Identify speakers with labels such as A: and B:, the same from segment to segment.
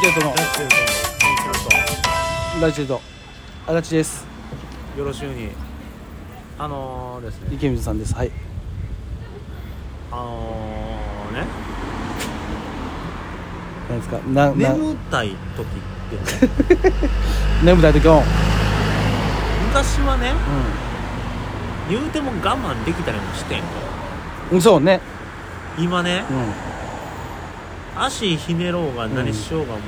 A: チェルトの
B: ラッチェルとキャッ
A: ラジェルト足立です
B: トよろしゅうにあのー、ですね
A: 池水さんですはい
B: あのー、ね
A: 何ですかなな
B: 眠たい時ってね
A: 眠たい時もうん
B: 昔はね言うても我慢できたりもしてんけど
A: うんそうね
B: 今ね
A: う
B: 足ひねろうが何しようがもう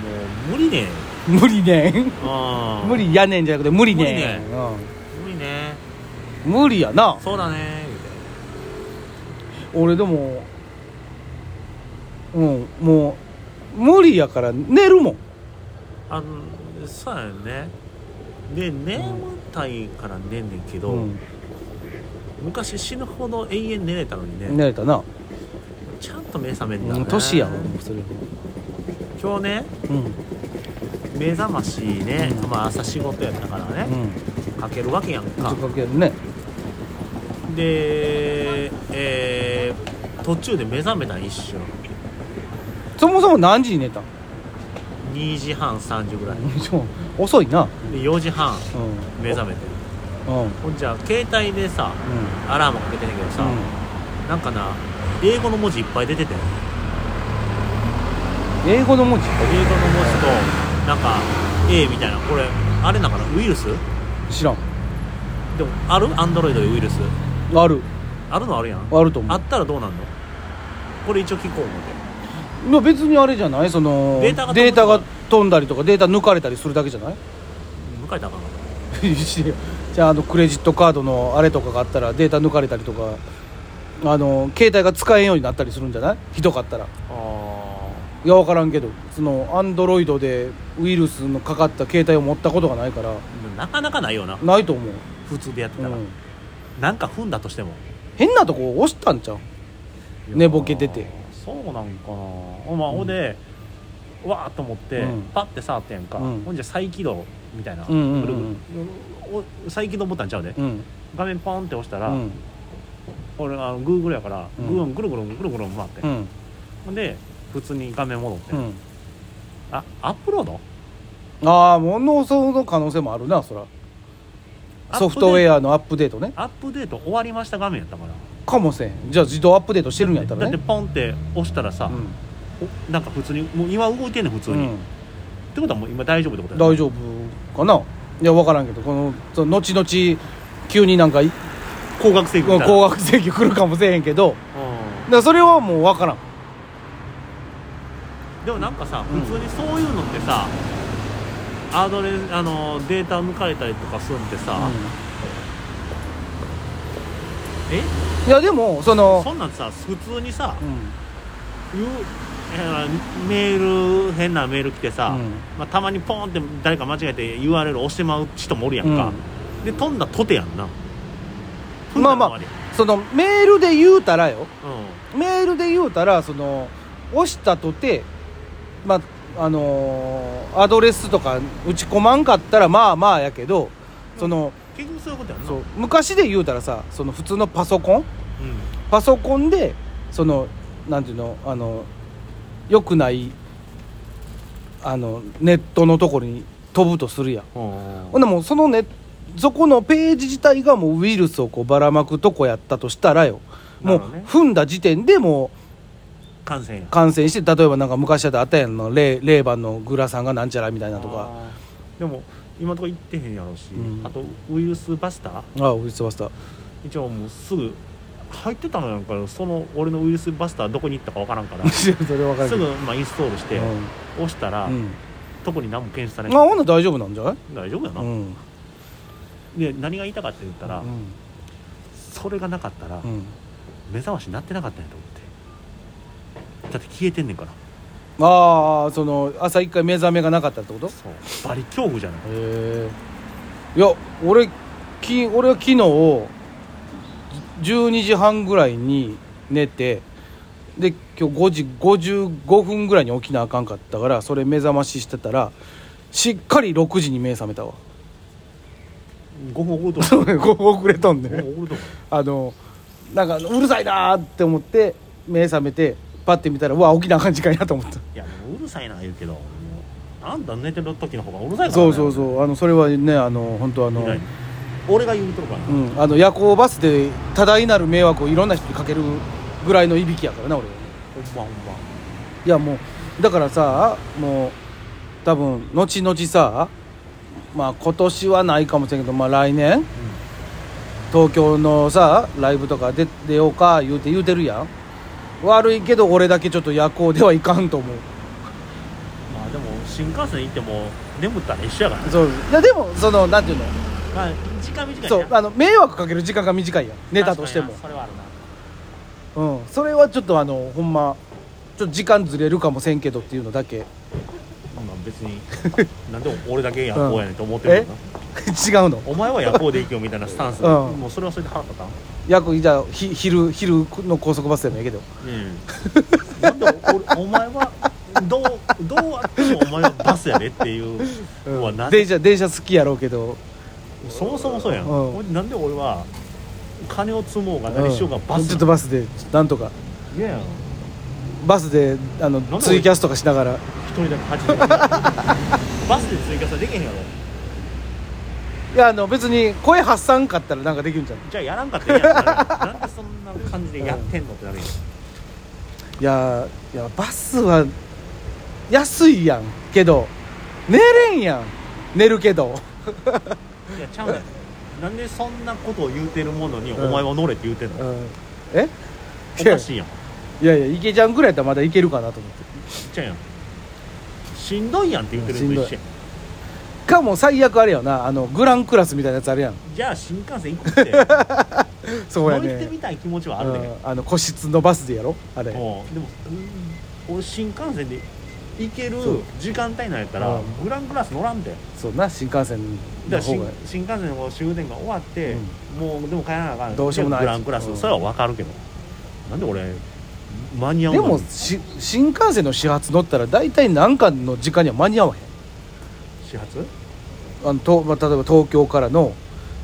B: 無理ねん、
A: ん無理ね
B: あ
A: ん
B: ー
A: 無理やねんじゃなくて無理ねん
B: 無理無理ね
A: うん無理やな
B: そうだね
A: 俺でもうんもう無理やから寝るもん
B: あのそうやねで眠たいから寝んねんけど、
A: うん
B: 昔死ぬほど永遠寝れたのにね
A: 寝れたな
B: ちゃんと目覚めんだ、
A: う
B: ね
A: ん年やわもうそれ
B: 今日ね
A: うん
B: 目覚ましね、
A: うん
B: まあ朝仕事やったから
A: う
B: ね、
A: ん
B: かけるわけやん
A: ちょ
B: か
A: っとかけるね
B: でえー、途中で目覚めた一瞬
A: そもそも何時に寝たん
B: 2時半3時ぐらい
A: そう遅いな
B: で4時
A: う
B: 半
A: ん
B: 目覚めて
A: うんうん
B: ほんじゃ携帯でさアラームかけてんねんけどさ、
A: う
B: なんかな英語の文字いっぱい出てて英
A: ん英語の文字
B: 語の文字となんか A みたいなこれあれだからウイルス
A: 知らん
B: でもあるアンドロイドでウイルス
A: ある
B: あるのあるやん
A: あると思
B: あ
A: う
B: ったらどうなんのこれ一応聞こう思って
A: いや別にあれじゃないその
B: データが飛ぶ
A: データが飛んだりとかデータ抜かれたりするだけじゃない
B: 向かいたらあかんかっ
A: じゃああのクレジットカードのあれとかがあったらデータ抜かれたりとかあの携帯が使えんようになったりするんじゃないひどかったら
B: たあ
A: いや分からんけどそのアンドロイドでウイルスのかかった携帯を持ったことがないから
B: ーなかなかないよな
A: ないと思う、
B: 普通でやって
A: う
B: たら、
A: ん、
B: なんか踏んだとしても
A: 変なとこ押したんちゃう寝ぼけてて
B: そうなんかなまあほ、んでわーっと思って、
A: うん
B: パッて触ってんか、
A: うん
B: ほんじゃ再起動みたいな、
A: うんうんうん
B: これお再起動ボタンちゃうで、
A: うん
B: 画面ポンって押した
A: う
B: ら、
A: ん
B: 俺あの Google やから、
A: うん
B: グーンぐるぐるぐるぐる回って
A: う、ん
B: ほんで普通に画面戻って、
A: うん
B: あアップロード
A: ああものその可能性もあるなそらソフトウ
B: ア
A: ェアのアップデートね
B: アップデート終わりました画面やったから
A: かもせんじゃあ自動アップデートしてるんやった
B: だ
A: ら
B: って
A: ね
B: ポンって押したらさ、おなんか普通にもう今動いてんねん普通
A: う
B: に、
A: ん、う
B: っ
A: ん、
B: てことはもう今大丈夫ってことだよ
A: 大
B: ね
A: 丈夫かないや分からんけどこのその後々急になんかい
B: 高額請求
A: 高
B: みたいな
A: 額請求来るかもせえへんけどだか
B: う
A: らそれはもう分からん
B: んでもなんかさ
A: うん
B: 普通にそういうのってさ、アドレスあのデータ抜かれたりとかするんってさ、
A: うん
B: え
A: いやでもその
B: そんなんさ普通にさ
A: う、ん
B: 言うえーメール変なメール来てさ、
A: うん
B: まあ、たまにポーンって誰か間違えて URL 押してまう人もおるやんか、で飛んだとてやんな飛ん
A: ま
B: だ
A: あま
B: の
A: あ
B: まで
A: そのメールで言うたらよ
B: うん
A: メールで言うたらその押したとてまああのーアドレスとか打ち込まんかったらまあまあやけどその、
B: 結局そういうことやんな
A: そう昔で言うたらさその普通のパソコン
B: うん
A: パソコンでそのなんていうのあのよくないあのネットのところに飛ぶとするやんほんでもうそのねそこのページ自体がもうウイルスをこうばらまくとこやったとしたらよもう
B: なるほどね
A: 踏んだ時点でも
B: 感染や
A: う感染して例えばなんか昔やったらあったやんのレレーバンのグラさんがなんちゃらみたいなとか
B: あーでも今のとこ行ってへんやろうし、
A: うん
B: あとウイルスバスター
A: ああウイルスバスター
B: 一応もうすぐ入ってたのやんからその俺のウイルスバスターどこに行ったかわからんからす
A: それ分かるけ
B: ぐ
A: ど、
B: まあインストールして、押したら、
A: うん
B: 特に何も検出さ
A: う
B: れ
A: ん、まあほん
B: ない
A: なら大丈夫なんじゃない、
B: 大丈夫やな、
A: うん
B: で何が言いたかって言ったら、
A: うん
B: それがなかったら、
A: うん
B: 目覚ましになってなかったんやと思ってだって消えてんねんから
A: ああその朝一回目覚めがなかったってことへ
B: そうバリ恐怖じゃない
A: えいや俺き俺は昨日12時半ぐらいに寝てで今日5時55分ぐらいに起きなあかんかったからそれ目覚まししてたらしっかり6時に目覚めたわ
B: 5分遅れとる
A: 遅れとんね
B: 5分遅れとる
A: あのなんかうるさいなーって思って 目覚めてパッて見たらうわ起きなあかん時間やと思った
B: いやもううるさいな言うけどもうあんた寝てる時の方がうるさいからね
A: そうそうそうあのそれはねあの本当あの
B: みたいな俺が言うとるからな
A: うん、あの夜行バスで多大なる迷惑をいろんな人にかけるぐらいのいびきやからな俺はね
B: ほんまほんま
A: いやもうだからさもう多分後々さまあ今年はないかもしれんけど、まあ、来年東京のさライブとか出出ようか言うて言うてるやん悪いけど俺だけちょっと夜行ではいかんと思う
B: まあでも新幹線行っても眠ったら 一緒やからね
A: そういやでもそのなんていうの
B: まあ時間短いな
A: そうあの迷惑かける時間が短いやん寝たとしても
B: 確かになそれはあるな
A: うん、それはちょっとあのほんまちょっと時間ずれるかもせんけどっていうのだけ
B: まあ別に なんで俺だけ夜行やねんと思ってるけどな
A: 違うの
B: お前は夜行で行けよみたいなスタンス、
A: うん
B: もうそれはそれで腹立たん
A: 約じゃあひ昼昼の高速バスでもいいけど
B: うん、なんで俺お前はどうどうあってもお前はバスやでっていう、
A: うん
B: うわなん
A: 電車電車好きやろうけど
B: そもそもそうやん、
A: うん
B: ほいでなんで俺は金を積もうが何しようが
A: うん
B: バス
A: ちょっとバスでなんとか
B: いややん一
A: バスであの
B: で俺
A: ツイキャスとかしながら
B: 人だけ8時間バスで追加さできへんやろ
A: いやあの別に声発さんかったらなんかできるんじゃん
B: じゃあやらんかったらええやんなるなんでそんな感じでやってんのってなるやん
A: いやいやバスは安いやんけど寝れんやん寝るけど
B: いやちゃうねんなんでそんなことを言うてるものにお
A: うん
B: 前は乗れって言うてんの、
A: うんえ
B: おかしいやん
A: いやいやいけちゃんぐらいやったらまだいけるかなと思って
B: ちっちゃいやんしんどいやんって言ってるのと一緒やん
A: かもう最悪あれよなあのグランクラスみたいなやつあるやん
B: じゃあ新幹線 行くって
A: そうや
B: 乗って
A: ね
B: みたい気持ちはあ
A: あ
B: るね、
A: あの個室のバスでやろあれ
B: うん、でも、うん俺新幹線で行ける
A: そう
B: 時間帯なんやったら
A: うん
B: グランクラス乗らんで
A: そうな新幹線
B: だ
A: の
B: か
A: 方
B: ら新
A: が
B: 新幹線の終電が終わって、もうでも帰らなあかん
A: どうしようもない
B: グランクラス、
A: うん
B: それは分かるけどなんで俺間に合う
A: で
B: の
A: もし新幹線の始発乗ったら大体何かの時間には間に合わへ
B: 始発
A: んあのと、まあ、例えば東京からの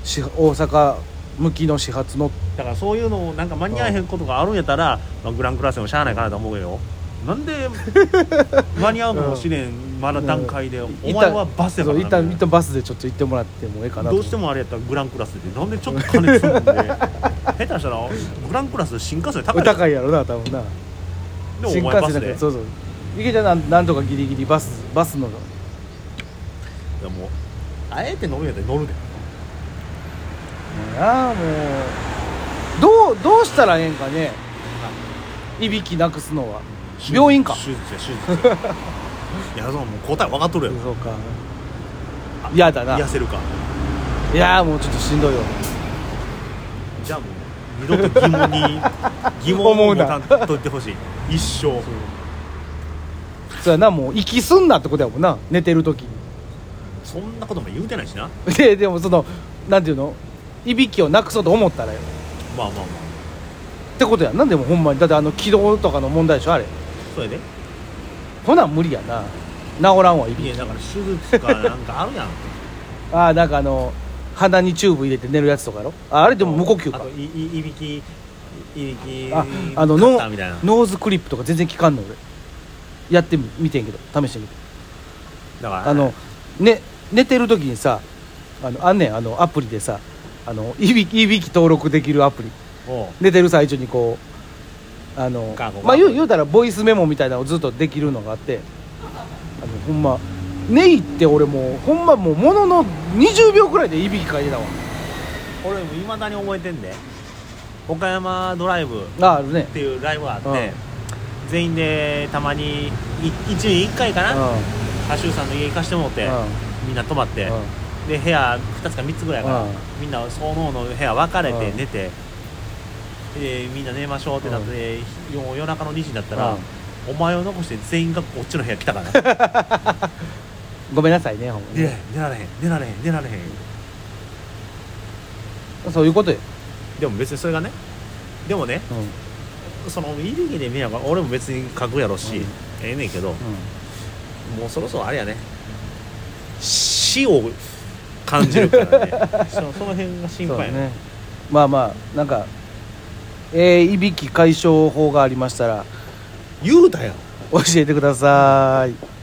A: 始大阪向きの始発乗っ
B: だからそういうのをなんか間に合えへんことがあるんやったら、まあ、グランクラスでもしゃあないかなと思うよな んで間に合うかもしれんまだ段階で、お前はバスや
A: そ
B: から
A: う
B: な
A: 一旦
B: み
A: 一
B: たい
A: 旦バスでちょっと行ってもらってもええかなと
B: など
A: 思
B: うしてもあれやったらグランクラスでなんでちょっと金 積むんで下手したらグランクラス新幹線高い
A: 高いやろな多分な
B: でもお
A: 新
B: 前バ
A: 幹
B: ス
A: 線
B: で
A: なんか
B: い
A: そうそういけちゃんなんなんとかギリギリバスバスの
B: やもうあえて乗るんやったら乗るで
A: なあもうどうどうしたらええんかねいびきなくすのは病院か
B: 手術や手術やいやそのもう答え分かっとるやろ
A: そうか嫌だな
B: 痩せるか
A: いやーもうちょっとしんどいよ
B: じゃあもう二度と疑問に疑問
A: 思
B: を
A: う
B: 持
A: な
B: たんといてほしい一生
A: そうやなもう息すんなってことやもんな寝てる時
B: そんなことも言うてないしな
A: に ででもそのなんていうのいびきをなくそうと思ったらよっ
B: まあまあまあ
A: てことやんなでもほんまにだってあの気道とかの問題でしょあれ
B: それで
A: ほな無理やな治らんわい
B: い
A: びき
B: やだから手術かなんかあるやん
A: ああなんかあの鼻にチューブ入れて寝るやつとかやろああれでも無呼吸
B: あ
A: か
B: といいいびきいびき
A: ああの
B: ノ
A: ノ
B: みたいな
A: ーノーズクリップとか全然効かんの俺やってみ見てんけど試してみて
B: だから
A: あの、ね、寝てる時にさあのあんねんあのアプリでさあのいびきいびき登録できるアプリ
B: おう
A: 寝てる最中にこうあの
B: ガーゴ
A: まあ言う言うたらボイスメモみたいなのをずっとできるのがあってあのほんま寝入って俺もうほんまもうものの20秒くらいでいびきかいてたわ
B: 俺もいまだに覚えてんで岡山ドライブっ
A: ああるね
B: ていうライブがあって、
A: うん
B: 全員でたまにい一年1回か
A: うん
B: な歌手さんの家行かしてもって、みんな泊まって、
A: うん
B: で部屋2つか3つぐらいやから、
A: うん
B: みんなそのの部屋分かれて
A: うん
B: 寝て、でみんな寝ましょうってなって、夜夜中の2時になったら、
A: うん
B: お前を残して全員がこっちの部屋来たからな
A: ごめんな さいねほんまに
B: 寝れへん寝られへん寝られへん寝られへん
A: そういうことよ、
B: でも別にそれがねでもね
A: うんうん
B: そのいびきで迷惑は俺も別に書くやろし、
A: うん
B: ええねんけどもうそろそろあれやね死を感じるからね そのその辺が心
A: そう
B: 配
A: だ
B: やね
A: ねまあまあなんかえーいびき解消法がありましたら
B: 言うたやん
A: 教えてください